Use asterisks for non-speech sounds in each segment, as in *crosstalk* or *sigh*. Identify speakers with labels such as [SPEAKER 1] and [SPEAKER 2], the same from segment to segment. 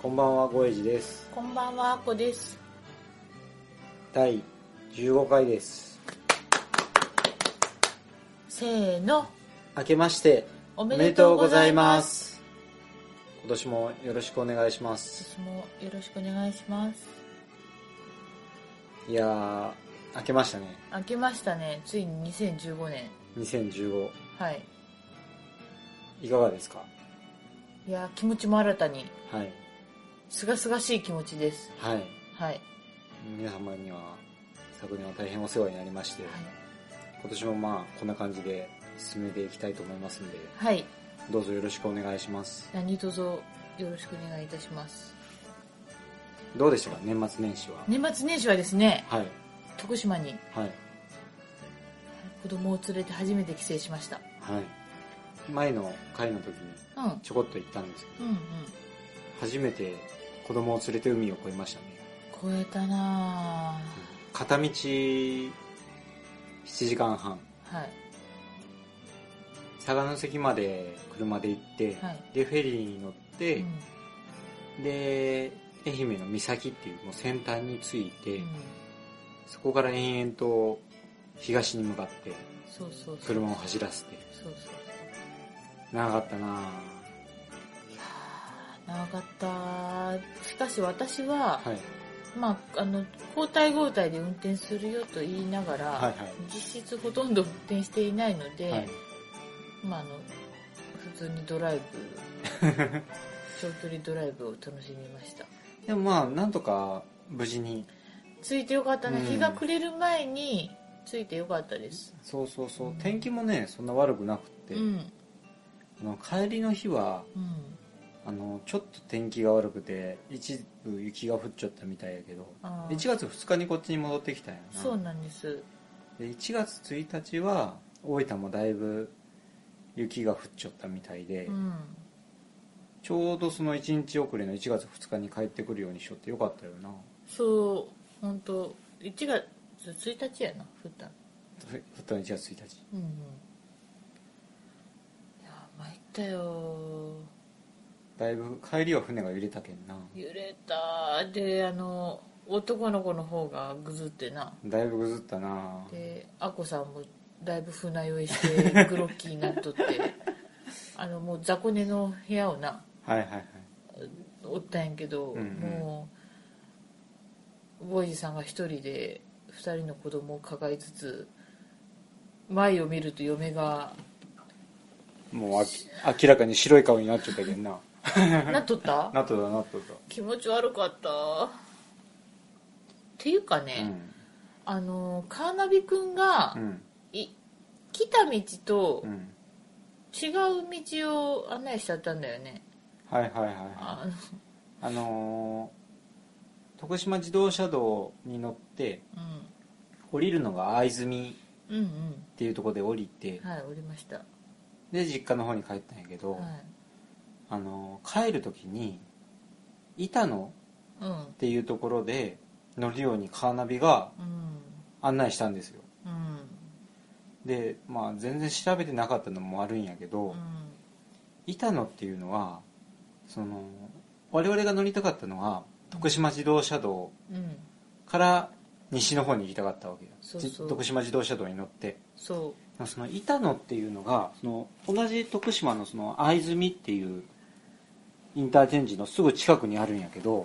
[SPEAKER 1] こんばんは、ごえじです。
[SPEAKER 2] こんばんはあこです
[SPEAKER 1] 第15回です。
[SPEAKER 2] せーの
[SPEAKER 1] 明けまして、。
[SPEAKER 2] おめでとうございます
[SPEAKER 1] 今年もよろしくお願いします。
[SPEAKER 2] 私もよろしくお願いします
[SPEAKER 1] いやー、明けましたね。
[SPEAKER 2] 明けましたねついに2015年
[SPEAKER 1] 2015。
[SPEAKER 2] はい
[SPEAKER 1] いかがですか
[SPEAKER 2] いや気持ちも新たに
[SPEAKER 1] はい。
[SPEAKER 2] すがすがしい気持ちです
[SPEAKER 1] はい。
[SPEAKER 2] はい、はい、
[SPEAKER 1] 皆様には、昨年は大変お世話になりまして、今年もまあ、こんな感じで進めていきたいと思いますんで、
[SPEAKER 2] はい、
[SPEAKER 1] どうぞよろしくお願いします。
[SPEAKER 2] 何卒よろしくお願いいたします
[SPEAKER 1] どうでしたか、年末年始は。
[SPEAKER 2] 年末年始はですね
[SPEAKER 1] はい。
[SPEAKER 2] 徳島に
[SPEAKER 1] はい。
[SPEAKER 2] 子供を連れて初めて帰省しました
[SPEAKER 1] はい。前の回の時に
[SPEAKER 2] うんうん
[SPEAKER 1] ちょこっと言ったんですけど、
[SPEAKER 2] うん
[SPEAKER 1] 初めて子供を連れて海を越えましたね
[SPEAKER 2] 超えたな
[SPEAKER 1] 片道7時間半
[SPEAKER 2] ぁはい
[SPEAKER 1] 佐賀関まで車で行って、
[SPEAKER 2] はい
[SPEAKER 1] でフェリーに乗って
[SPEAKER 2] う、ん
[SPEAKER 1] で愛媛の岬っていうもう先端に着いて、
[SPEAKER 2] うん
[SPEAKER 1] そこから延々と東に向かって
[SPEAKER 2] そうそうそう
[SPEAKER 1] 車を走らせて
[SPEAKER 2] そうそうそう
[SPEAKER 1] 長かったな
[SPEAKER 2] い
[SPEAKER 1] ぁ
[SPEAKER 2] やー長かったしかし私は、
[SPEAKER 1] はい
[SPEAKER 2] まあ、あの交代交代で運転するよと言いながら、
[SPEAKER 1] はい
[SPEAKER 2] 実質ほとんど運転していないので、
[SPEAKER 1] はい
[SPEAKER 2] まあ、あの普通にドライブ
[SPEAKER 1] *laughs*
[SPEAKER 2] 長距離ドライブを楽しみました
[SPEAKER 1] でもまあなんとか無事に
[SPEAKER 2] 着いてよかったね、
[SPEAKER 1] うん
[SPEAKER 2] 日が暮れる前に着いてよかったです
[SPEAKER 1] そうそうそう天気もねそんな悪くなくって、
[SPEAKER 2] うん
[SPEAKER 1] あの帰りの日は
[SPEAKER 2] うん
[SPEAKER 1] あのちょっと天気が悪くて一部雪が降っちゃったみたいやけど
[SPEAKER 2] あー
[SPEAKER 1] 1月2日にこっちに戻ってきたんやな
[SPEAKER 2] そうなんです
[SPEAKER 1] で1月1日は大分もだいぶ雪が降っちゃったみたいで、
[SPEAKER 2] うん
[SPEAKER 1] ちょうどその1日遅れの1月2日に帰ってくるようにしよってよかったよな
[SPEAKER 2] そう本当1月1日やな降ったの
[SPEAKER 1] ふ降ったの1月1日
[SPEAKER 2] うんうんいや参ったよ
[SPEAKER 1] だいぶ帰りは船が揺れたけんな
[SPEAKER 2] 揺れたであの男の子の方がぐずってな
[SPEAKER 1] だいぶぐずったな
[SPEAKER 2] であこさんもだいぶ船酔いしてグロッキーになっ *laughs* とってあのもう雑魚寝の部屋をな
[SPEAKER 1] はいはいはい
[SPEAKER 2] おったんやけど、
[SPEAKER 1] うんうん
[SPEAKER 2] もうボーイジさんが一人で二人の子供を抱えつつ前を見ると嫁が
[SPEAKER 1] もうあき明らかに白い顔になっちゃったけんな
[SPEAKER 2] 「なっとった
[SPEAKER 1] *laughs* なっとだなっとだ
[SPEAKER 2] 気持ち悪かった」っていうかね、あのカーナビくんが、
[SPEAKER 1] うんうん
[SPEAKER 2] い来た道と
[SPEAKER 1] うん
[SPEAKER 2] 違う道を案内しちゃったんだよね、
[SPEAKER 1] はいはいはいはい
[SPEAKER 2] あ
[SPEAKER 1] あのー徳島自動車道に乗って
[SPEAKER 2] の
[SPEAKER 1] 降りるのが藍住
[SPEAKER 2] うん、うんうん
[SPEAKER 1] っていうところで降りて
[SPEAKER 2] はい降りました、は
[SPEAKER 1] で実家の方に帰ったんやけど、あのー帰る時に板野
[SPEAKER 2] い、うん
[SPEAKER 1] っていうところで乗るようにカーナビが
[SPEAKER 2] うん
[SPEAKER 1] 案内したんですよ
[SPEAKER 2] うん
[SPEAKER 1] でまあ全然調べてなかったのもあるんやけど、
[SPEAKER 2] うん
[SPEAKER 1] 板野っていうのはその我々が乗りたかったのは徳島自動車道
[SPEAKER 2] うん
[SPEAKER 1] から西の方に行きたかったわけよ
[SPEAKER 2] そうそう
[SPEAKER 1] じ徳島自動車道に乗って
[SPEAKER 2] そ
[SPEAKER 1] その板野っていうのがその同じ徳島のその藍住っていうインターチェンジのすぐ近くにあるんやけ
[SPEAKER 2] う、
[SPEAKER 1] ど、
[SPEAKER 2] う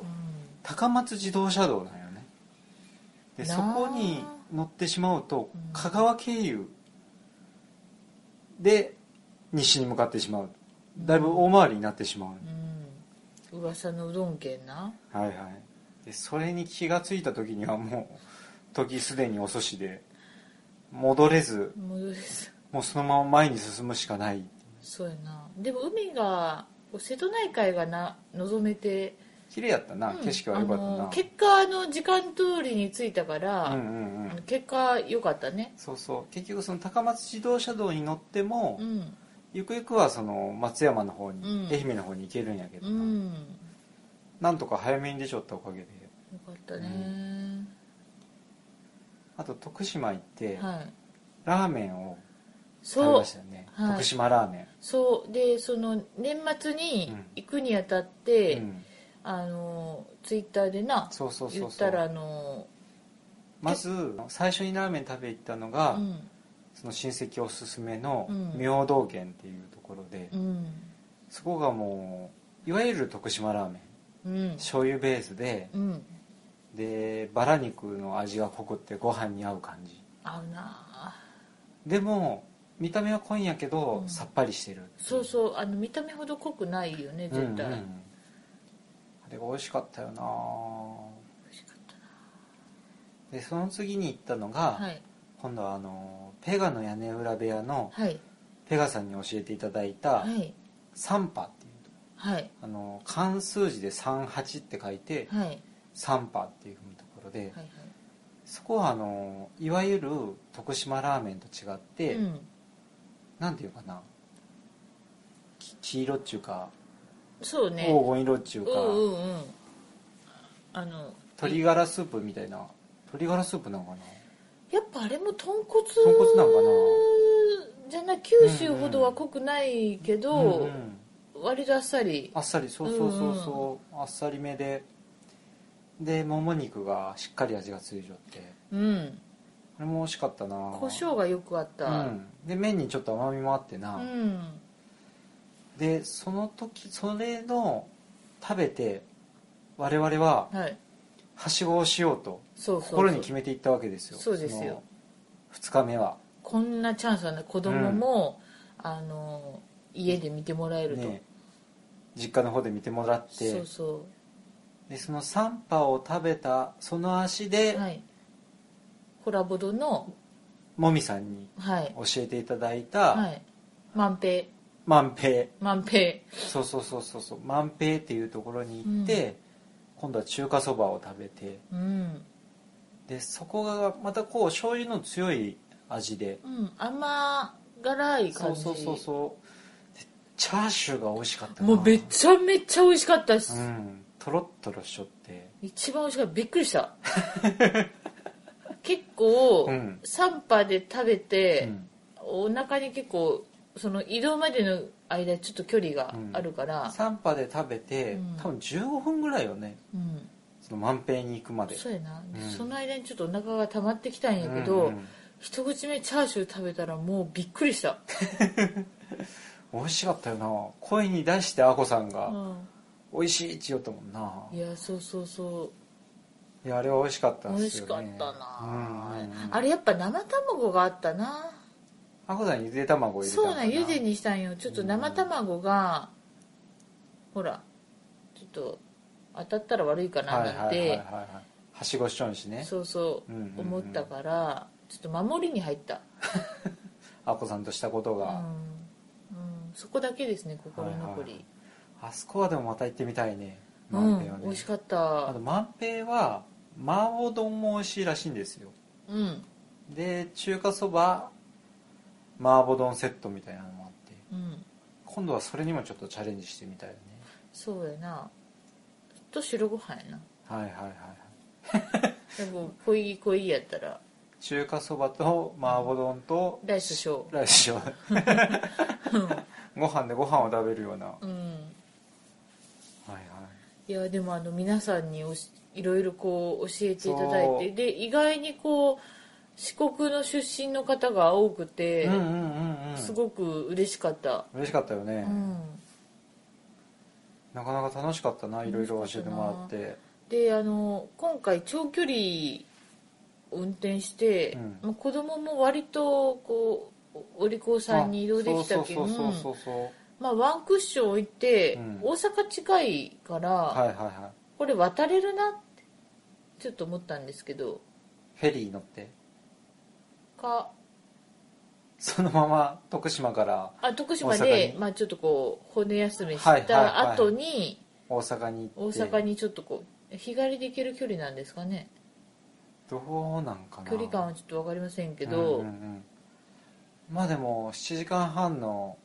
[SPEAKER 1] 高松自動車道なんよねで
[SPEAKER 2] な
[SPEAKER 1] そ
[SPEAKER 2] あ
[SPEAKER 1] こに乗ってしまうと
[SPEAKER 2] うん
[SPEAKER 1] 香川経由で西に向かってしまうだいぶ大回りになってしまう、
[SPEAKER 2] んうん、噂のうどん県な
[SPEAKER 1] はいはいでそれに気がついた時にはもう時すでに遅しで戻れず
[SPEAKER 2] もうです
[SPEAKER 1] もうそのまま前に進むしかない
[SPEAKER 2] そうやなでも海が瀬戸内海がな望めて
[SPEAKER 1] 綺麗やったな、
[SPEAKER 2] うん
[SPEAKER 1] 景色は良かった
[SPEAKER 2] あ
[SPEAKER 1] な
[SPEAKER 2] の結果あの時間通りに着いたから、
[SPEAKER 1] うんうんう
[SPEAKER 2] あの
[SPEAKER 1] ん
[SPEAKER 2] 結果良かったね
[SPEAKER 1] そうそう結局その高松自動車道に乗っても、
[SPEAKER 2] うん
[SPEAKER 1] ゆくゆくはその松山の方に、
[SPEAKER 2] うん
[SPEAKER 1] 愛媛の方に行けるんやけど
[SPEAKER 2] う
[SPEAKER 1] な、
[SPEAKER 2] ん
[SPEAKER 1] なんとか早めに出ちゃったおかげで
[SPEAKER 2] よかったね、
[SPEAKER 1] あと徳島行って、
[SPEAKER 2] はい
[SPEAKER 1] ラーメンを食べ
[SPEAKER 2] そ
[SPEAKER 1] ま
[SPEAKER 2] う
[SPEAKER 1] したよね、
[SPEAKER 2] はい
[SPEAKER 1] 徳島ラーメ
[SPEAKER 2] そうでその年末に行くにあたっ
[SPEAKER 1] ン、
[SPEAKER 2] て、
[SPEAKER 1] うん
[SPEAKER 2] あのツイッターでな
[SPEAKER 1] そうそうそ
[SPEAKER 2] 言
[SPEAKER 1] う
[SPEAKER 2] っ
[SPEAKER 1] そ
[SPEAKER 2] たら
[SPEAKER 1] う
[SPEAKER 2] あの
[SPEAKER 1] まず最初にラーメン食べ行ったのが、
[SPEAKER 2] うん
[SPEAKER 1] その親戚おすすめの
[SPEAKER 2] うん
[SPEAKER 1] 明道軒っていうところで、
[SPEAKER 2] うん
[SPEAKER 1] そこがもういわゆる徳島ラーメン
[SPEAKER 2] うん
[SPEAKER 1] 醤油ベースで
[SPEAKER 2] うん
[SPEAKER 1] でバラ肉の味が濃くってご飯に合う感じ
[SPEAKER 2] 合うなあ
[SPEAKER 1] でも見た目は濃いんやけど、
[SPEAKER 2] うん
[SPEAKER 1] さっぱりしてる
[SPEAKER 2] そうそうあの見た目ほど濃くないよね
[SPEAKER 1] うんう
[SPEAKER 2] 絶
[SPEAKER 1] ん
[SPEAKER 2] 対、
[SPEAKER 1] あれが美味しかったよな
[SPEAKER 2] 美味しかったな
[SPEAKER 1] でその次に行ったのが、
[SPEAKER 2] はい
[SPEAKER 1] 今度はあのペガの屋根裏部屋の
[SPEAKER 2] はい
[SPEAKER 1] ペガさんに教えていただいた
[SPEAKER 2] はい
[SPEAKER 1] 三波っていう
[SPEAKER 2] はい
[SPEAKER 1] あの漢数字で38って書いて
[SPEAKER 2] はいはい
[SPEAKER 1] 三波っていうふうなところで、
[SPEAKER 2] はい
[SPEAKER 1] そこはあのいわゆる徳島ラーメンと違って、
[SPEAKER 2] うん、
[SPEAKER 1] なんていうかなき黄色っちゅうか、
[SPEAKER 2] そうね
[SPEAKER 1] 黄金色っちゅう
[SPEAKER 2] う
[SPEAKER 1] か、
[SPEAKER 2] んうんうんあの
[SPEAKER 1] 鶏ガラスープみたいな鶏ガラスープなのかな
[SPEAKER 2] やっぱあれも豚骨
[SPEAKER 1] 豚骨なんかな
[SPEAKER 2] じゃない九州ほどは濃くないけど、
[SPEAKER 1] んん
[SPEAKER 2] 割とあっさり
[SPEAKER 1] あっさりそうそうそうそう、あっさりめででもも肉がしっかり味がついちゃって
[SPEAKER 2] うん
[SPEAKER 1] これも美味しかったな
[SPEAKER 2] 胡椒がよくあった
[SPEAKER 1] うん、で麺にちょっと甘みもあってな、
[SPEAKER 2] うん
[SPEAKER 1] でその時それの食べて我々は
[SPEAKER 2] はい
[SPEAKER 1] はしごをしようと
[SPEAKER 2] そうそう
[SPEAKER 1] 心に決
[SPEAKER 2] そう
[SPEAKER 1] めていったわけですよ
[SPEAKER 2] そうですよ
[SPEAKER 1] 2日目は
[SPEAKER 2] こんなチャンスはね子供も、あの家で見てもらえると、
[SPEAKER 1] ね実家の方で見てもらって
[SPEAKER 2] そうそ
[SPEAKER 1] でその3波を食べたその足
[SPEAKER 2] う
[SPEAKER 1] で、
[SPEAKER 2] はいコラボドの
[SPEAKER 1] もみさんに
[SPEAKER 2] はい
[SPEAKER 1] 教えていただいた
[SPEAKER 2] はい万平
[SPEAKER 1] 万平、
[SPEAKER 2] 万平
[SPEAKER 1] そうそうそうそうそう万平っていうところに行って、今度は中華そばを食べて
[SPEAKER 2] うん、
[SPEAKER 1] でそこがまたこう醤油の強い味で
[SPEAKER 2] うん、甘辛い
[SPEAKER 1] そ
[SPEAKER 2] 感
[SPEAKER 1] う
[SPEAKER 2] じ
[SPEAKER 1] そうそうそうでチャーシューが美味しかったな
[SPEAKER 2] もうめちゃめちゃ美味しかったです、
[SPEAKER 1] うんとろっとろしょって
[SPEAKER 2] 一番美味しかったびっくりした
[SPEAKER 1] *laughs*
[SPEAKER 2] 結構、
[SPEAKER 1] うん
[SPEAKER 2] サンパで食べて
[SPEAKER 1] う、ん
[SPEAKER 2] お腹に結構その移動までの間ちょっと距離があるから、
[SPEAKER 1] 3波で食べて、
[SPEAKER 2] うん
[SPEAKER 1] 多分15分ぐらいよね
[SPEAKER 2] うん
[SPEAKER 1] その万平に行くまで
[SPEAKER 2] そうやな、で
[SPEAKER 1] うん
[SPEAKER 2] その間にちょっとお腹が溜まってきたんやけど、
[SPEAKER 1] うんうん
[SPEAKER 2] 一口目チャーシュー食べたらもうびっくりした、
[SPEAKER 1] 美味しかったよな声に出してあこさんが
[SPEAKER 2] うん
[SPEAKER 1] 「美味しい」って言おったもんない
[SPEAKER 2] やそうそうそう
[SPEAKER 1] いやあれは美味しかったん
[SPEAKER 2] 美
[SPEAKER 1] で
[SPEAKER 2] 味
[SPEAKER 1] す
[SPEAKER 2] し
[SPEAKER 1] よ、ね、
[SPEAKER 2] かったな、
[SPEAKER 1] うんうんうん
[SPEAKER 2] あれやっぱ生卵があったな
[SPEAKER 1] あこさんゆで卵入れた
[SPEAKER 2] そうなん
[SPEAKER 1] ん
[SPEAKER 2] ゆでにしたんよちょっと生卵が、ほらちょっと当たったら悪いかな
[SPEAKER 1] はい
[SPEAKER 2] なん
[SPEAKER 1] はいはいは
[SPEAKER 2] て
[SPEAKER 1] いはいはしごしちょんしね
[SPEAKER 2] そうそう
[SPEAKER 1] うんうんうん
[SPEAKER 2] 思ったからちょっと守りに入った、
[SPEAKER 1] あこさんとしたこと
[SPEAKER 2] うん
[SPEAKER 1] が、
[SPEAKER 2] うんそこだけですね心残り、
[SPEAKER 1] あそこはでもまた行ってみたいね
[SPEAKER 2] うん、
[SPEAKER 1] 万平はね、
[SPEAKER 2] 美味しかっ
[SPEAKER 1] あ
[SPEAKER 2] た
[SPEAKER 1] と万平は麻婆丼も美味しいらしいんですよ
[SPEAKER 2] うん
[SPEAKER 1] で中華そば麻婆丼セットみたいなのもあって
[SPEAKER 2] うん
[SPEAKER 1] 今度はそれにもちょっとチャレンジしてみたいね
[SPEAKER 2] そうやなちょっと白ご飯やな
[SPEAKER 1] はいはいはいはい
[SPEAKER 2] でも濃い濃いやったら
[SPEAKER 1] 中華そばと麻婆丼と
[SPEAKER 2] ライスショー
[SPEAKER 1] ライスしようご飯でご飯を食べるようなは
[SPEAKER 2] うん
[SPEAKER 1] いは
[SPEAKER 2] い
[SPEAKER 1] い
[SPEAKER 2] やでもあの皆さんにおしいろいろこう教えていただい
[SPEAKER 1] そ
[SPEAKER 2] て
[SPEAKER 1] う
[SPEAKER 2] で意外にこう四国の出身の方が多くて、
[SPEAKER 1] うんうんうんうん
[SPEAKER 2] すごく嬉しかった、
[SPEAKER 1] 嬉しかったよ
[SPEAKER 2] う
[SPEAKER 1] ね、
[SPEAKER 2] ん、
[SPEAKER 1] なかなか楽しかったないろいろ教えてもらって
[SPEAKER 2] であの今回長距離運転して、
[SPEAKER 1] うん
[SPEAKER 2] まあ子供も割とこうおお利口さんに移動できたけど
[SPEAKER 1] あそうそうそうそうそう
[SPEAKER 2] まあワンクッション置いて、
[SPEAKER 1] うん
[SPEAKER 2] 大阪近いから、
[SPEAKER 1] はいはいは
[SPEAKER 2] これ渡れるなってちょっと思ったんですけど
[SPEAKER 1] いフェリー乗って
[SPEAKER 2] か
[SPEAKER 1] そのまま徳島から
[SPEAKER 2] あ徳島
[SPEAKER 1] 大阪
[SPEAKER 2] で
[SPEAKER 1] に、
[SPEAKER 2] まあ、ちょっとこう骨休み
[SPEAKER 1] は
[SPEAKER 2] し
[SPEAKER 1] いはいはい
[SPEAKER 2] た後に
[SPEAKER 1] 大阪に行
[SPEAKER 2] 大
[SPEAKER 1] って
[SPEAKER 2] 阪にちょっとこう日帰りで行ける距離なんですかね
[SPEAKER 1] どうなんかな
[SPEAKER 2] 距離感はちょっと分かりませんけど、
[SPEAKER 1] うんうんうんまあでも7時間半の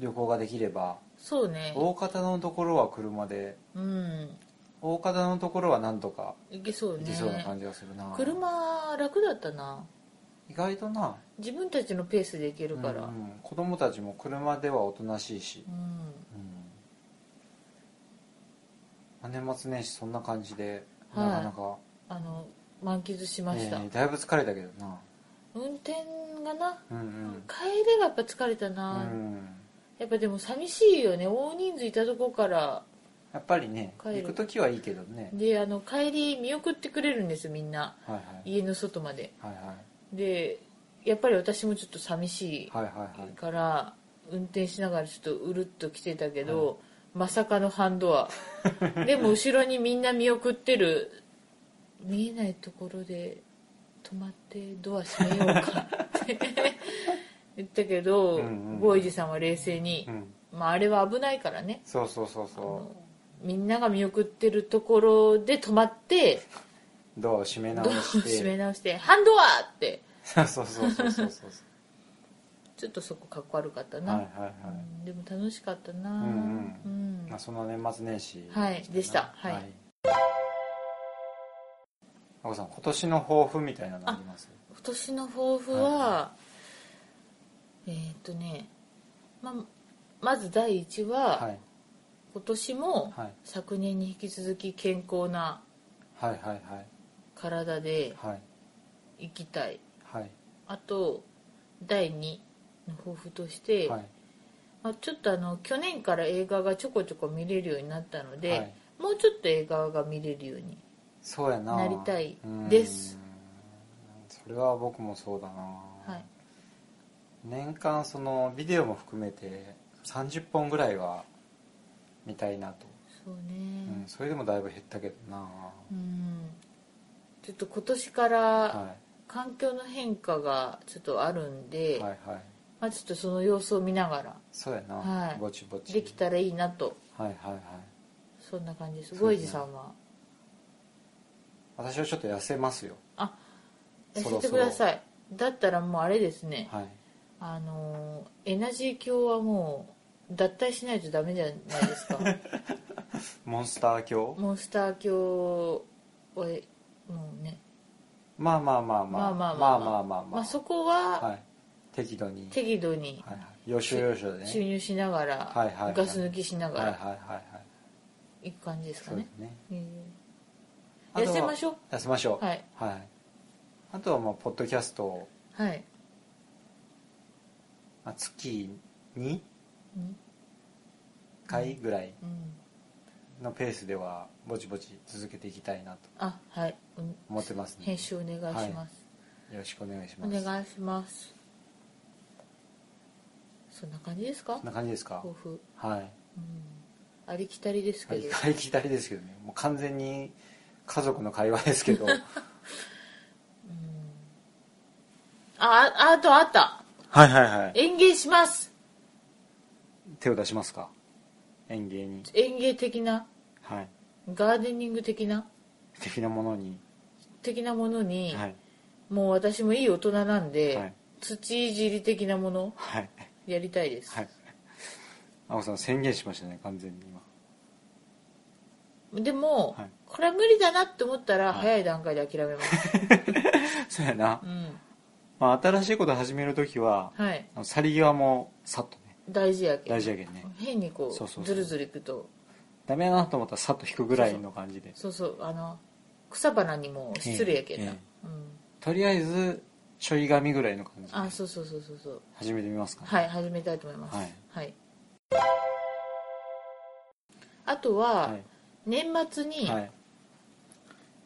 [SPEAKER 1] 旅行ができれば
[SPEAKER 2] そうね
[SPEAKER 1] 大方のところは車で
[SPEAKER 2] うん
[SPEAKER 1] 大方のところはなんとか
[SPEAKER 2] 行けそう
[SPEAKER 1] 行
[SPEAKER 2] ね
[SPEAKER 1] けそうな感じがするな、
[SPEAKER 2] 車楽だったな
[SPEAKER 1] 意外とな
[SPEAKER 2] 自分たちのペースで行けるから、
[SPEAKER 1] うんうん子供たちも車ではおとなしいし、
[SPEAKER 2] うん
[SPEAKER 1] うん年末年始そんな感じで、
[SPEAKER 2] はい
[SPEAKER 1] なかなか、
[SPEAKER 2] あの満喫しま
[SPEAKER 1] え
[SPEAKER 2] した、
[SPEAKER 1] ーだいぶ疲れたけどな
[SPEAKER 2] 運転がな
[SPEAKER 1] うんうん、
[SPEAKER 2] 帰りがやっぱ疲れた
[SPEAKER 1] う
[SPEAKER 2] な、
[SPEAKER 1] ん、
[SPEAKER 2] やっぱでも寂しいよね大人数いたとこから
[SPEAKER 1] やっぱりね
[SPEAKER 2] 帰る
[SPEAKER 1] 行く時はいいけどね
[SPEAKER 2] であの帰り見送ってくれるんですみんな
[SPEAKER 1] はいはい
[SPEAKER 2] 家の外まで
[SPEAKER 1] はいはい
[SPEAKER 2] でやっぱり私もちょっと寂し
[SPEAKER 1] はいはいはい
[SPEAKER 2] いから、運転しながらちょっとうるっと来てたけど、まさかのハンドアでも後ろにみんな見送ってる見えないところで止まってドア閉めようかって
[SPEAKER 1] *laughs*
[SPEAKER 2] 言ったけど、
[SPEAKER 1] うんうんうん
[SPEAKER 2] ボイジさんは冷静に
[SPEAKER 1] う、ん
[SPEAKER 2] まあ、あれは危ないからね
[SPEAKER 1] そうそうそうそ
[SPEAKER 2] みんなが見送ってるところで止まって
[SPEAKER 1] うドアを閉め
[SPEAKER 2] ド
[SPEAKER 1] 直
[SPEAKER 2] アを
[SPEAKER 1] して
[SPEAKER 2] 閉め直して「ハンドア!」って
[SPEAKER 1] そうそうそうそうそうそう
[SPEAKER 2] ちょっとそこかっこ悪かったな、
[SPEAKER 1] はいはいは
[SPEAKER 2] うんでも楽しかったな、
[SPEAKER 1] ん
[SPEAKER 2] う
[SPEAKER 1] う
[SPEAKER 2] ん
[SPEAKER 1] い、まあ、その年末年始
[SPEAKER 2] はいでしたはい
[SPEAKER 1] あこさん今年の抱負みたいなのあります
[SPEAKER 2] 今年の抱負は、
[SPEAKER 1] は
[SPEAKER 2] えーっとねままず第一は、
[SPEAKER 1] はい
[SPEAKER 2] 今年も、
[SPEAKER 1] はい
[SPEAKER 2] 昨年に引き続き健康な
[SPEAKER 1] はいはいはい
[SPEAKER 2] 体で
[SPEAKER 1] は
[SPEAKER 2] 生
[SPEAKER 1] い
[SPEAKER 2] きたい
[SPEAKER 1] はい
[SPEAKER 2] あと第二の抱負として、
[SPEAKER 1] はい
[SPEAKER 2] まあ、ちょっとあの去年から映画がちょこちょこ見れるようになったので、
[SPEAKER 1] はい
[SPEAKER 2] もうちょっと映画が見れるように
[SPEAKER 1] そうやな
[SPEAKER 2] なりたいです
[SPEAKER 1] うんそれは僕もそうだな、
[SPEAKER 2] はい
[SPEAKER 1] 年間そのビデオも含めて30本ぐらいは見たいなと、
[SPEAKER 2] そうね、
[SPEAKER 1] うん、それでもだいぶ減ったけどな、
[SPEAKER 2] うんちょっと今年から
[SPEAKER 1] は
[SPEAKER 2] 環境の変化がちょっとあるん
[SPEAKER 1] い、
[SPEAKER 2] で、
[SPEAKER 1] はいはい
[SPEAKER 2] まあ、ちょっとその様子を見ながら
[SPEAKER 1] そうやな、
[SPEAKER 2] はい
[SPEAKER 1] ぼちぼち
[SPEAKER 2] できたらいいなと
[SPEAKER 1] はいはいはい
[SPEAKER 2] そんな感じです
[SPEAKER 1] そう
[SPEAKER 2] ゴ
[SPEAKER 1] で
[SPEAKER 2] イ
[SPEAKER 1] すね
[SPEAKER 2] ジさんは
[SPEAKER 1] 私はちょっと痩せますよ
[SPEAKER 2] あ
[SPEAKER 1] そろそ
[SPEAKER 2] 痩
[SPEAKER 1] ろ
[SPEAKER 2] せてくださいだったらもうあれですね、
[SPEAKER 1] はい
[SPEAKER 2] あのーエナジー卿はもう脱退しないとダメじゃないです
[SPEAKER 1] *laughs*
[SPEAKER 2] か
[SPEAKER 1] モンスター教
[SPEAKER 2] モンスター卿はえもうね
[SPEAKER 1] まあまあまあま
[SPEAKER 2] ま
[SPEAKER 1] あ
[SPEAKER 2] あまあ
[SPEAKER 1] ま
[SPEAKER 2] ま
[SPEAKER 1] あ
[SPEAKER 2] あ
[SPEAKER 1] まあまあ
[SPEAKER 2] まあそこは
[SPEAKER 1] はい、適度に、
[SPEAKER 2] 適度に
[SPEAKER 1] はいはい、要所要所でね
[SPEAKER 2] 収入しながら、
[SPEAKER 1] はいはいはい
[SPEAKER 2] ガス抜きしな
[SPEAKER 1] は
[SPEAKER 2] が
[SPEAKER 1] いはい
[SPEAKER 2] ら
[SPEAKER 1] はいはい
[SPEAKER 2] いく感じですか
[SPEAKER 1] そう
[SPEAKER 2] ね、
[SPEAKER 1] ですね
[SPEAKER 2] えー痩せまし
[SPEAKER 1] ょ
[SPEAKER 2] ょう
[SPEAKER 1] う痩せましょう
[SPEAKER 2] はい
[SPEAKER 1] はい、あとはまあポッドキャストを、
[SPEAKER 2] はい、
[SPEAKER 1] まあ、月2
[SPEAKER 2] うん
[SPEAKER 1] 回ぐらい
[SPEAKER 2] うん、
[SPEAKER 1] のペースではぼちぼち続けていきたいなと
[SPEAKER 2] あはい、うん
[SPEAKER 1] 思ってますね
[SPEAKER 2] 編集お願いします、
[SPEAKER 1] よろしくお願いしま
[SPEAKER 2] お
[SPEAKER 1] す
[SPEAKER 2] 願いしますそんな感じですか
[SPEAKER 1] こんな感じですか
[SPEAKER 2] 抱負、
[SPEAKER 1] はい
[SPEAKER 2] うん、ありきたりです
[SPEAKER 1] あ
[SPEAKER 2] け
[SPEAKER 1] り
[SPEAKER 2] ど、
[SPEAKER 1] ありきたりですけどねもう完全に家族の会話ですけどはい
[SPEAKER 2] うん、あああとあった
[SPEAKER 1] はいはい
[SPEAKER 2] 園芸します
[SPEAKER 1] 手を出しますか園芸に
[SPEAKER 2] 園芸的な
[SPEAKER 1] はい
[SPEAKER 2] ガーデニング的な
[SPEAKER 1] 的なものに、
[SPEAKER 2] 的なものに、
[SPEAKER 1] はい
[SPEAKER 2] もう私もいい大人なんで、
[SPEAKER 1] はい
[SPEAKER 2] 土いじり的なもの
[SPEAKER 1] はい
[SPEAKER 2] やりたいです、
[SPEAKER 1] はい青さん宣言しましたね完全に今
[SPEAKER 2] でも、
[SPEAKER 1] はい
[SPEAKER 2] これは無理だなって思ったら、
[SPEAKER 1] はい
[SPEAKER 2] 早い段階で諦めます、
[SPEAKER 1] *laughs* そうやな
[SPEAKER 2] う、ん、
[SPEAKER 1] まあ、新しいこと始めるときは
[SPEAKER 2] はい
[SPEAKER 1] あの去り際もさっとね
[SPEAKER 2] 大事やけん
[SPEAKER 1] 大事やけんね
[SPEAKER 2] 変にこう
[SPEAKER 1] そうそうそ
[SPEAKER 2] ず
[SPEAKER 1] う
[SPEAKER 2] るずるいくと
[SPEAKER 1] ダメだなと思ったらさっと引くぐらいの感じで
[SPEAKER 2] そうそうあの草花にも失礼やけんな、
[SPEAKER 1] ええ
[SPEAKER 2] うん、
[SPEAKER 1] とりあえずちょい紙ぐらいの感じで
[SPEAKER 2] あそうそうそうそうそう
[SPEAKER 1] 始めてみますか、
[SPEAKER 2] はい始めたいと思います
[SPEAKER 1] はい、
[SPEAKER 2] あとは、
[SPEAKER 1] はい
[SPEAKER 2] 年末に
[SPEAKER 1] はい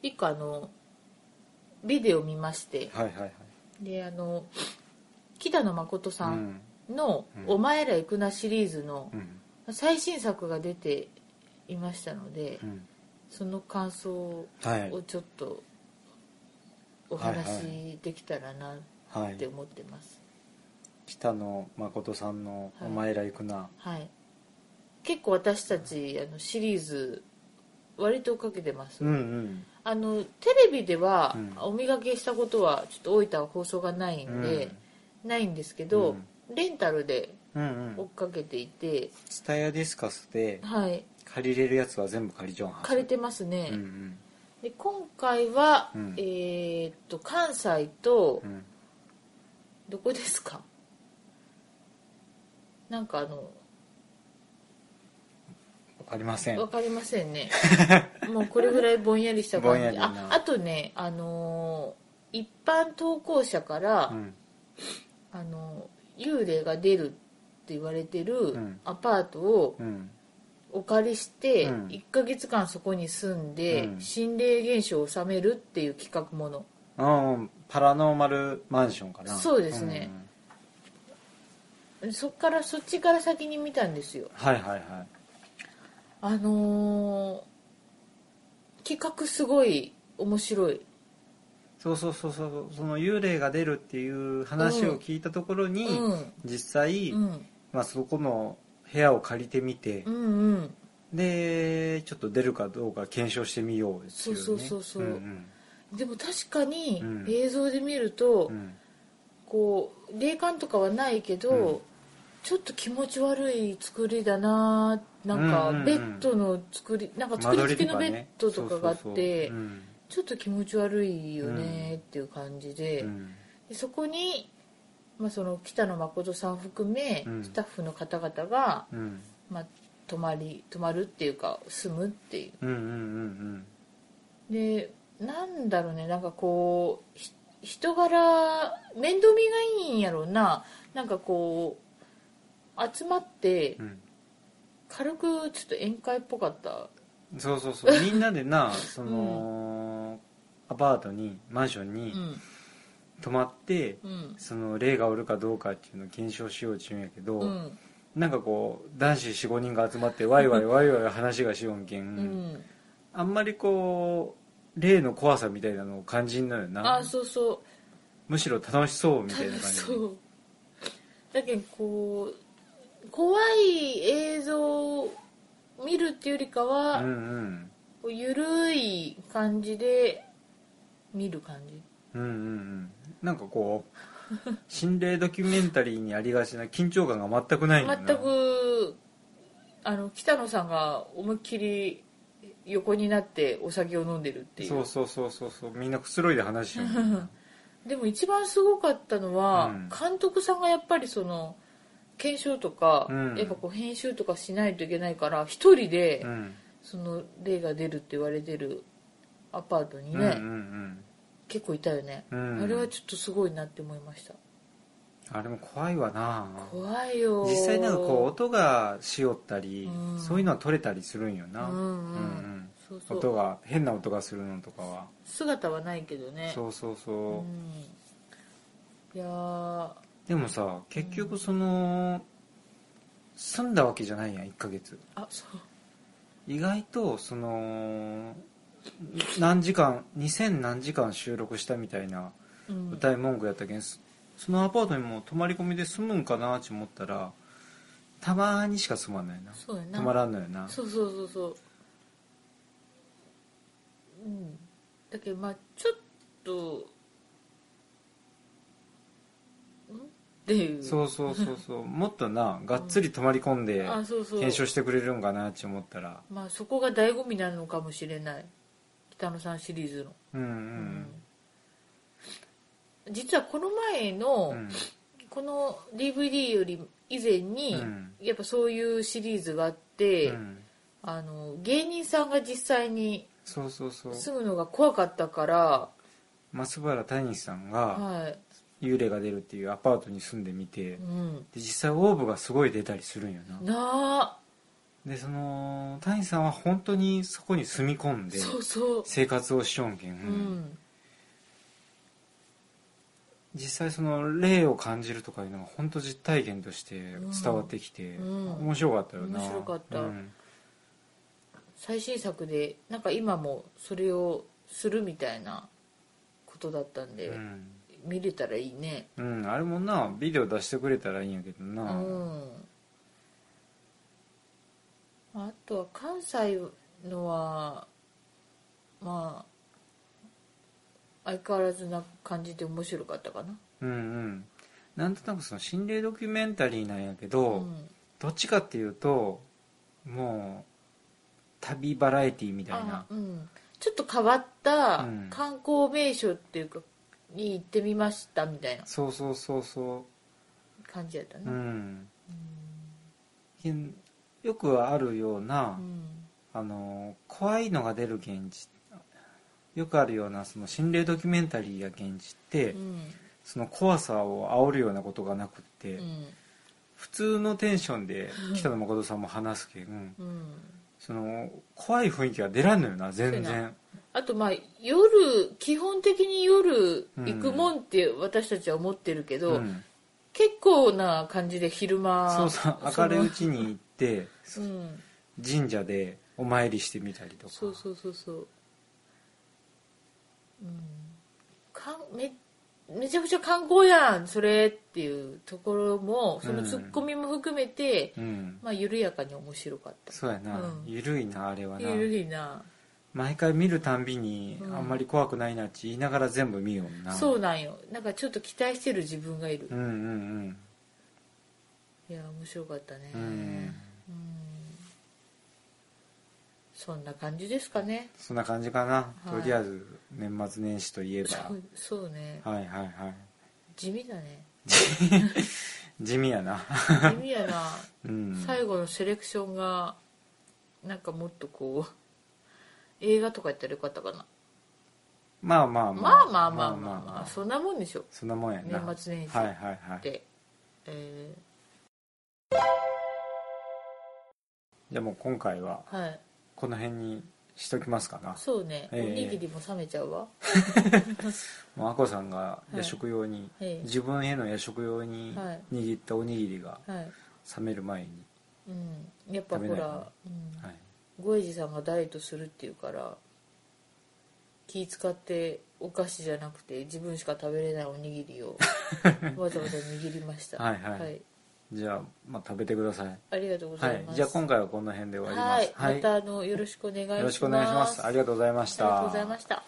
[SPEAKER 2] 一個あのビデオ見まして
[SPEAKER 1] はいはいはい
[SPEAKER 2] であの北野誠さんの「
[SPEAKER 1] うん
[SPEAKER 2] お前ら行くな」シリーズの
[SPEAKER 1] うんうん
[SPEAKER 2] 最新作が出ていましたので、
[SPEAKER 1] うん
[SPEAKER 2] その感想
[SPEAKER 1] はい
[SPEAKER 2] をちょっとお
[SPEAKER 1] は
[SPEAKER 2] 話しできたらなっ
[SPEAKER 1] はい
[SPEAKER 2] て思ってます、
[SPEAKER 1] 北野誠さんの「
[SPEAKER 2] は
[SPEAKER 1] お
[SPEAKER 2] い
[SPEAKER 1] 前ら行くな」
[SPEAKER 2] はい、結構私たちあのシリーズ割とかけてます、
[SPEAKER 1] うんうん
[SPEAKER 2] あのテレビでは
[SPEAKER 1] うん
[SPEAKER 2] お見かけしたことはちょっと大分は放送がないんで、ないんですけど、レンタルで
[SPEAKER 1] うんう
[SPEAKER 2] 追
[SPEAKER 1] ん
[SPEAKER 2] っかけていて、
[SPEAKER 1] スタヤディスカスで
[SPEAKER 2] はい、
[SPEAKER 1] 借りれるやつは全部借りちゃうんはず
[SPEAKER 2] 借りてますね、
[SPEAKER 1] うんうん
[SPEAKER 2] で今回は、
[SPEAKER 1] うん
[SPEAKER 2] えーっと関西と、
[SPEAKER 1] うん
[SPEAKER 2] どこですかなんかあの
[SPEAKER 1] わかりません
[SPEAKER 2] わかりません
[SPEAKER 1] *laughs*
[SPEAKER 2] ねもうこれぐらいぼんやりした
[SPEAKER 1] ぼん
[SPEAKER 2] 感
[SPEAKER 1] やり
[SPEAKER 2] じ
[SPEAKER 1] な
[SPEAKER 2] ああとねあのー一般投稿者から、
[SPEAKER 1] うん
[SPEAKER 2] あの幽霊が出るって言われてる
[SPEAKER 1] ん
[SPEAKER 2] アパートを
[SPEAKER 1] うん
[SPEAKER 2] お借りして、
[SPEAKER 1] うん
[SPEAKER 2] 1ヶ月間そこに住んで、
[SPEAKER 1] うん
[SPEAKER 2] 心霊現象を収めるっていう企画もの
[SPEAKER 1] うんパラノーマルマンションかな
[SPEAKER 2] そうですね
[SPEAKER 1] ん
[SPEAKER 2] そっからそっちから先に見たんですよ
[SPEAKER 1] はいはいは
[SPEAKER 2] あのー企画すごい面白い
[SPEAKER 1] いそうそうそうそうその幽霊が出るっていう話を聞いたところに、
[SPEAKER 2] うん
[SPEAKER 1] 実際、
[SPEAKER 2] うん
[SPEAKER 1] まあ、そこの部屋を借りてみて、
[SPEAKER 2] うんうん
[SPEAKER 1] でちょっと出るかどうか検証してみようっていね
[SPEAKER 2] そうそうそうそう
[SPEAKER 1] うん
[SPEAKER 2] でも確かに
[SPEAKER 1] うん
[SPEAKER 2] 映像で見ると、
[SPEAKER 1] うんうん
[SPEAKER 2] こう霊感とかはないけど、
[SPEAKER 1] うん
[SPEAKER 2] ちょっと気持ち悪い作りだななん
[SPEAKER 1] うんうんう
[SPEAKER 2] か
[SPEAKER 1] ん
[SPEAKER 2] ベッドの作りなんか
[SPEAKER 1] 間
[SPEAKER 2] 作り
[SPEAKER 1] 取
[SPEAKER 2] 付け
[SPEAKER 1] りと
[SPEAKER 2] の
[SPEAKER 1] か
[SPEAKER 2] ベ
[SPEAKER 1] ね
[SPEAKER 2] ッドとかがあっ
[SPEAKER 1] そうそう
[SPEAKER 2] て
[SPEAKER 1] そううん
[SPEAKER 2] ちょっと気持ち悪いよ
[SPEAKER 1] うん
[SPEAKER 2] ねっていう感じで,、
[SPEAKER 1] うん
[SPEAKER 2] でそこに、まあ、その北野誠さん含め、
[SPEAKER 1] うん
[SPEAKER 2] スタッフの方々が、
[SPEAKER 1] うん
[SPEAKER 2] まあ、泊まり泊まるっていうか住むっていう。
[SPEAKER 1] うんうんうん
[SPEAKER 2] でなんだろうねなんかこうひ人柄面倒見がいいんやろうななんかこう集まって
[SPEAKER 1] うん
[SPEAKER 2] 軽くちょっと宴会っぽかった
[SPEAKER 1] うんそうそうそうみんなでなその、アパートにマンション
[SPEAKER 2] う
[SPEAKER 1] に
[SPEAKER 2] ん
[SPEAKER 1] 泊まって、
[SPEAKER 2] うん
[SPEAKER 1] その霊がおるかどうかっていうのを検証しようっていうんやけど、
[SPEAKER 2] うん
[SPEAKER 1] なんかこう男子45人が集まってワイワイワイワイ話がしようんけ、
[SPEAKER 2] うんん
[SPEAKER 1] あんまりこう霊の怖さみたいなのを感じんのよな
[SPEAKER 2] あそうそう
[SPEAKER 1] むしろ楽しそうみたいな
[SPEAKER 2] 楽
[SPEAKER 1] 感
[SPEAKER 2] し
[SPEAKER 1] じ
[SPEAKER 2] *laughs* そうだけどこう怖い映像を見るっていうよりかは、
[SPEAKER 1] うんうん
[SPEAKER 2] こうゆるい感じで見る感じ
[SPEAKER 1] うんうんうんなんかこ
[SPEAKER 2] *laughs*
[SPEAKER 1] う心霊ドキュメンタリーにありがちな緊張感が全くないんだな
[SPEAKER 2] 全くあの北野さんが思いっきり横になってお酒を飲んでるっていう
[SPEAKER 1] そうそうそうそうそうみんなくつろいで話しようみたいな
[SPEAKER 2] でも一番すごかったのは、
[SPEAKER 1] うん
[SPEAKER 2] 監督さんがやっぱりその検証とか、
[SPEAKER 1] うん
[SPEAKER 2] やっぱこう編集とかしないといけないから一人で、
[SPEAKER 1] うん
[SPEAKER 2] その霊が出るって言われてるアパートに
[SPEAKER 1] う
[SPEAKER 2] ね
[SPEAKER 1] ん、うん
[SPEAKER 2] 結構いたよね、
[SPEAKER 1] うんうん
[SPEAKER 2] あれはちょっとすごいなって思いました
[SPEAKER 1] あれも怖いわな
[SPEAKER 2] 怖いよ
[SPEAKER 1] 実際なんかこう音がしよったり、
[SPEAKER 2] うん
[SPEAKER 1] そういうのは取れたりするんよな、
[SPEAKER 2] うんうん
[SPEAKER 1] うん
[SPEAKER 2] そう
[SPEAKER 1] うん
[SPEAKER 2] そ
[SPEAKER 1] 音
[SPEAKER 2] う
[SPEAKER 1] が変な音がするのとかは、
[SPEAKER 2] 姿はないけどね
[SPEAKER 1] そうそうそう、
[SPEAKER 2] いやー
[SPEAKER 1] でもさ結局その、住んだわけじゃないやん1ヶ月
[SPEAKER 2] あそう
[SPEAKER 1] 意外とその何時間2000何時間収録したみたいな
[SPEAKER 2] うん
[SPEAKER 1] 歌い文句やったけん、そのアパートにも泊まり込みで住むんかなって思ったらたまにしか住まないな
[SPEAKER 2] そうやな
[SPEAKER 1] 泊まらんのよな
[SPEAKER 2] そうそうそうそううんだけどまあちょっとんっていう
[SPEAKER 1] そうそうそうそうもっとながっつり泊まり込んで
[SPEAKER 2] あそうそう
[SPEAKER 1] 検証してくれるんかなって思ったら
[SPEAKER 2] まあそこが醍醐味なのかもしれない北野さんシリーズの、
[SPEAKER 1] うんう
[SPEAKER 2] うん実はこの前
[SPEAKER 1] う
[SPEAKER 2] の、
[SPEAKER 1] ん
[SPEAKER 2] この DVD より以前に、
[SPEAKER 1] うん
[SPEAKER 2] やっぱそういうシリーズがあって、
[SPEAKER 1] うん
[SPEAKER 2] あの芸人さんが実際に
[SPEAKER 1] そうそうそう
[SPEAKER 2] 住むのが怖かったから、
[SPEAKER 1] 松原谷さんが
[SPEAKER 2] は
[SPEAKER 1] 幽霊が出るっていうアパートに住んでみて
[SPEAKER 2] い、うん、
[SPEAKER 1] で実際オーブがすごい出たりするんよな
[SPEAKER 2] なあ
[SPEAKER 1] でその谷さんは本当にそこに住み込んで
[SPEAKER 2] そうそう、
[SPEAKER 1] 生活をしよんけん、
[SPEAKER 2] うん、
[SPEAKER 1] 実際その霊を感じるとかいうのが本当実体験として伝わってきて、
[SPEAKER 2] うん
[SPEAKER 1] 面白かったよな
[SPEAKER 2] 面白かった
[SPEAKER 1] うん
[SPEAKER 2] 最新作でなんか今もそれをするみたいなことだったんで、
[SPEAKER 1] うん
[SPEAKER 2] 見れたらいいね
[SPEAKER 1] うんあれもなビデオ出してくれたらいいんやけど
[SPEAKER 2] う
[SPEAKER 1] な、
[SPEAKER 2] んあとは関西のはまあ相変わらずな感じで面白かったかな
[SPEAKER 1] うんうんなんとなくその心霊ドキュメンタリーなんやけど、
[SPEAKER 2] うん
[SPEAKER 1] どっちかっていうともう旅バラエティーみたいな
[SPEAKER 2] あうん、ちょっと変わった
[SPEAKER 1] うん
[SPEAKER 2] 観光名所っていうかに行ってみましたみたいな
[SPEAKER 1] そうそうそうそ
[SPEAKER 2] 感じだったね
[SPEAKER 1] ううん、よくあるような、
[SPEAKER 2] うん
[SPEAKER 1] あの怖いのが出る現実よくあるようなその心霊ドキュメンタリーや現実って、
[SPEAKER 2] うん
[SPEAKER 1] その怖さを煽るようなことがなくって、
[SPEAKER 2] うん
[SPEAKER 1] 普通のテンションで北野誠さんも話すけん、
[SPEAKER 2] うん
[SPEAKER 1] その怖い雰囲気が出らんのよな全
[SPEAKER 2] そうや
[SPEAKER 1] 然
[SPEAKER 2] あとまあ夜基本的に夜行くもんって私たちは思ってるけど、
[SPEAKER 1] ん、
[SPEAKER 2] 結構な感じで昼間
[SPEAKER 1] そうそう明るいうちに行って
[SPEAKER 2] そのうん
[SPEAKER 1] 神社でお参りしてみたりとか
[SPEAKER 2] そうそうそうそううんかんめめちゃくちゃ観光やんそれっていうところもそのツッコミも含めて、
[SPEAKER 1] うん、
[SPEAKER 2] まあ緩やかに面白かった
[SPEAKER 1] そうやな、
[SPEAKER 2] うん
[SPEAKER 1] ゆるいなあれはな
[SPEAKER 2] ゆるいな
[SPEAKER 1] 毎回見るたんびに、
[SPEAKER 2] うん
[SPEAKER 1] あんまり怖くないなって言いながら全部見ような
[SPEAKER 2] そうなんよなんかちょっと期待してる自分がいる
[SPEAKER 1] うんうん
[SPEAKER 2] いや面白かったね
[SPEAKER 1] うんうん
[SPEAKER 2] うんそんな感じですかね
[SPEAKER 1] そんな感じかな、
[SPEAKER 2] はい
[SPEAKER 1] とりあえず年末年始といえ
[SPEAKER 2] そ
[SPEAKER 1] ば
[SPEAKER 2] うそうね
[SPEAKER 1] はいはいはい
[SPEAKER 2] 地味だ
[SPEAKER 1] *laughs*
[SPEAKER 2] ね
[SPEAKER 1] 地味やな
[SPEAKER 2] 地味やな
[SPEAKER 1] うん
[SPEAKER 2] 最後のセレクションがなんかもっとこう映画とかやったらよかったかな
[SPEAKER 1] まあま
[SPEAKER 2] まあ
[SPEAKER 1] あ
[SPEAKER 2] まあまあまあまあ、そんなもんでしょっ
[SPEAKER 1] そんなもんやな
[SPEAKER 2] 年末年始
[SPEAKER 1] はいはいはい
[SPEAKER 2] て、え
[SPEAKER 1] じゃあもう今回は
[SPEAKER 2] ーはい
[SPEAKER 1] この辺にしときますかな
[SPEAKER 2] そうね、
[SPEAKER 1] え
[SPEAKER 2] お
[SPEAKER 1] え
[SPEAKER 2] にぎりも冷めちゃうわ
[SPEAKER 1] もうあこさんが夜食用に、
[SPEAKER 2] はいはい
[SPEAKER 1] 自分への夜食用に
[SPEAKER 2] はい
[SPEAKER 1] 握ったおにぎりが
[SPEAKER 2] はい
[SPEAKER 1] 冷める前に、
[SPEAKER 2] うんやっぱほ
[SPEAKER 1] 食べない
[SPEAKER 2] ら
[SPEAKER 1] の、
[SPEAKER 2] うん
[SPEAKER 1] はい、
[SPEAKER 2] ゴエジさんがダイエットするっていうから気使ってお菓子じゃなくて自分しか食べれないおにぎ
[SPEAKER 1] *laughs*
[SPEAKER 2] りをわざわざ握りました
[SPEAKER 1] はいはいじゃあ、まあ、食べてください
[SPEAKER 2] ありがとうござ
[SPEAKER 1] はいい
[SPEAKER 2] ます、
[SPEAKER 1] じゃあ今回はこの辺で終わり
[SPEAKER 2] は
[SPEAKER 1] ま
[SPEAKER 2] い
[SPEAKER 1] す、はい
[SPEAKER 2] またあのよろしくお願いします
[SPEAKER 1] よろしくお願いしますありがとうございました
[SPEAKER 2] ありがとうございました